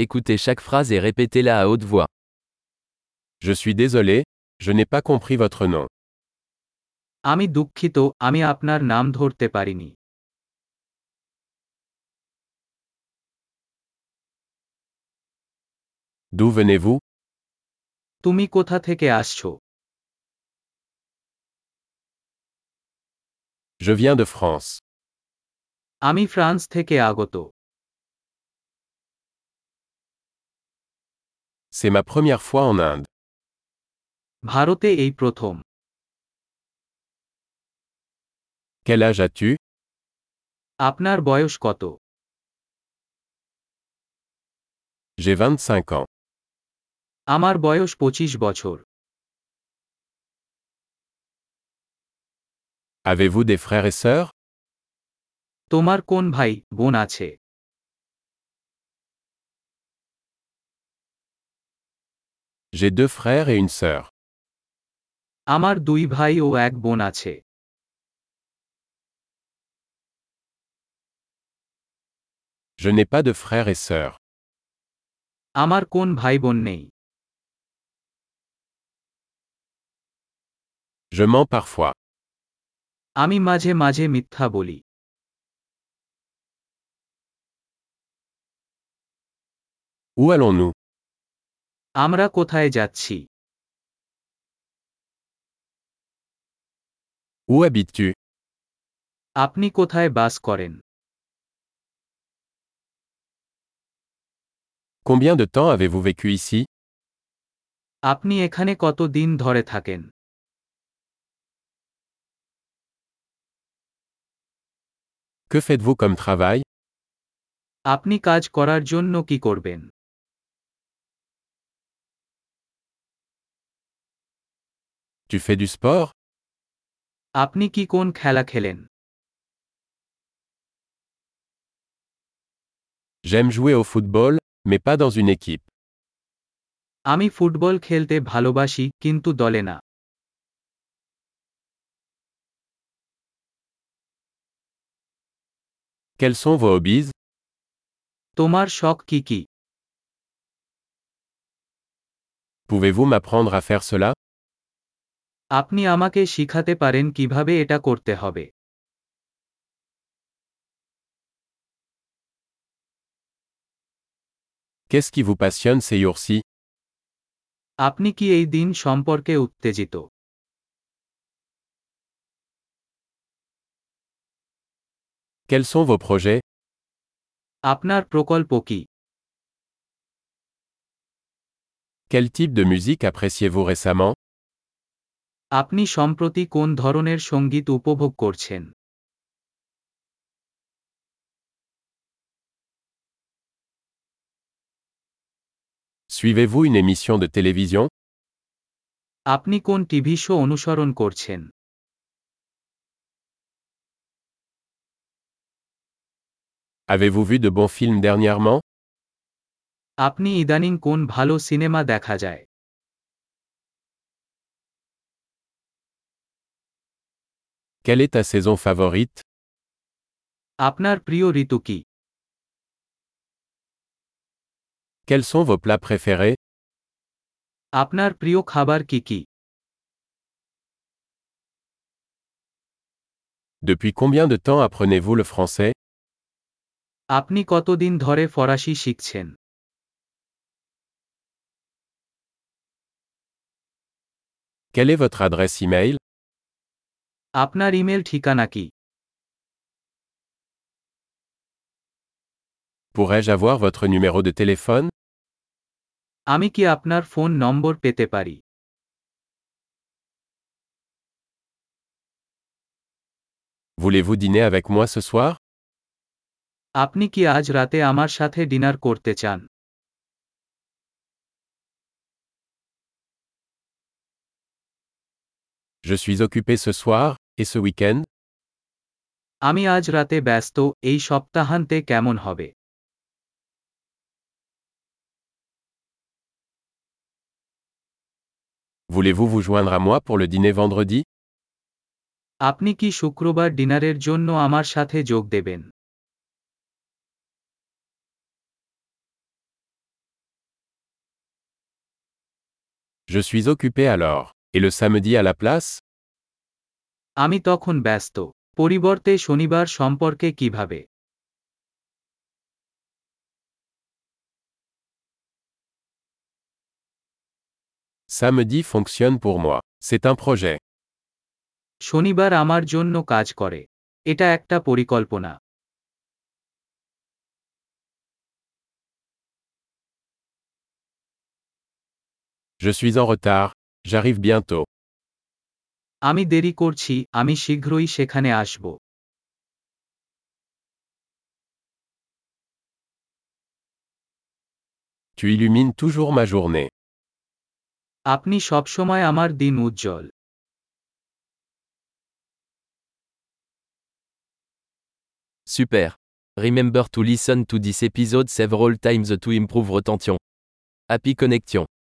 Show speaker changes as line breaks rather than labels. Écoutez chaque phrase et répétez-la à haute voix.
Je suis désolé, je n'ai pas compris votre nom.
আমি দুঃখিত আমি আপনার নাম ধরতে পারিনি
D'où venez-vous
তুমি কোথা থেকে আসছো
Je viens de France.
আমি ফ্রান্স থেকে আগত
C'est ma première fois en Inde.
ভারতে এই প্রথম
Quel âge as-tu
আপনার বয়স কত
J'ai 25 ans.
আমার বয়স পঁচিশ বছর
Avez-vous des frères et sœurs
তোমার কোন ভাই বোন আছে
J'ai deux frères et une sœur.
আমার দুই ভাই ও এক বোন আছে
Je n'ai pas de frères et sœurs.
আমার কোন ভাই বোন নেই
Je mens parfois.
আমি মাঝে মাঝে মিথ্যা বলি
Où allons-nous
আমরা কোথায় যাচ্ছি
Où habites-tu
আপনি কোথায় বাস করেন
Combien de temps avez-vous vécu ici
আপনি এখানে কত দিন ধরে থাকেন
Que faites-vous comme travail
আপনি কাজ করার জন্য কি করবেন
Tu fais du sport
আপনি কি কোন খেলা খেলেন
J'aime jouer au football, mais pas dans une équipe.
আমি ফুটবল খেলতে ভালোবাসি কিন্তু দলে না
Quels sont vos hobbies
তোমার শখ কি কি
Pouvez-vous m'apprendre à faire cela
আপনি আমাকে শিখাতে পারেন কিভাবে এটা করতে হবে
Qu'est-ce qui vous passionne ces jours-ci
আপনি কি এই দিন সম্পর্কে উত্তেজিত
Quels sont vos projets
আপনার প্রকল্প কি
Quel type de musique appréciez-vous récemment
আপনি সম্প্রতি কোন ধরনের সঙ্গীত উপভোগ করছেন
Suivez-vous une émission de télévision
আপনি কোন টিভি শো অনুসরণ করছেন
Avez-vous vu de bons films dernièrement
আপনি ইদানিং কোন ভালো সিনেমা দেখা যায়
Quelle est ta saison favorite
আপনার প্রিয় ঋতু কি
Quels sont vos plats préférés
আপনার প্রিয় খাবার কি কি
Depuis combien de temps apprenez-vous le français
আপনি কতদিন ধরে ফরাসি শিখছেন
Quelle est votre adresse e-mail
আপনার ইমেল ঠিকানা কি
Pourrais-je avoir votre numéro de téléphone
আমি কি আপনার ফোন নম্বর পেতে পারি
Voulez-vous dîner avec moi ce soir
আপনি কি আজ রাতে আমার সাথে ডিনার করতে চান
Je suis occupé ce soir et ce week-end.
আমি আজ রাতে ব্যস্ত এই সপ্তাহান্তে কেমন হবে
Voulez-vous vous joindre à moi pour le dîner vendredi
আপনি কি শুক্রবার ডিনারের জন্য আমার সাথে যোগ দেবেন
Je suis occupé alors. Et le samedi à la place
আমি তখন ব্যস্ত পরিবর্তে শনিবার সম্পর্কে কিভাবে
Samedi fonctionne pour moi. C'est un projet.
শনিবার আমার জন্য কাজ করে এটা একটা পরিকল্পনা
Je suis en retard. J'arrive bientôt.
আমি দেরি করছি আমি শীঘ্রই সেখানে আসব
Tu illumines toujours ma journée.
আপনি সবসময় আমার দিন উজ্জ্বল
Super. Remember to listen to this episode several times to improve retention. Happy connection.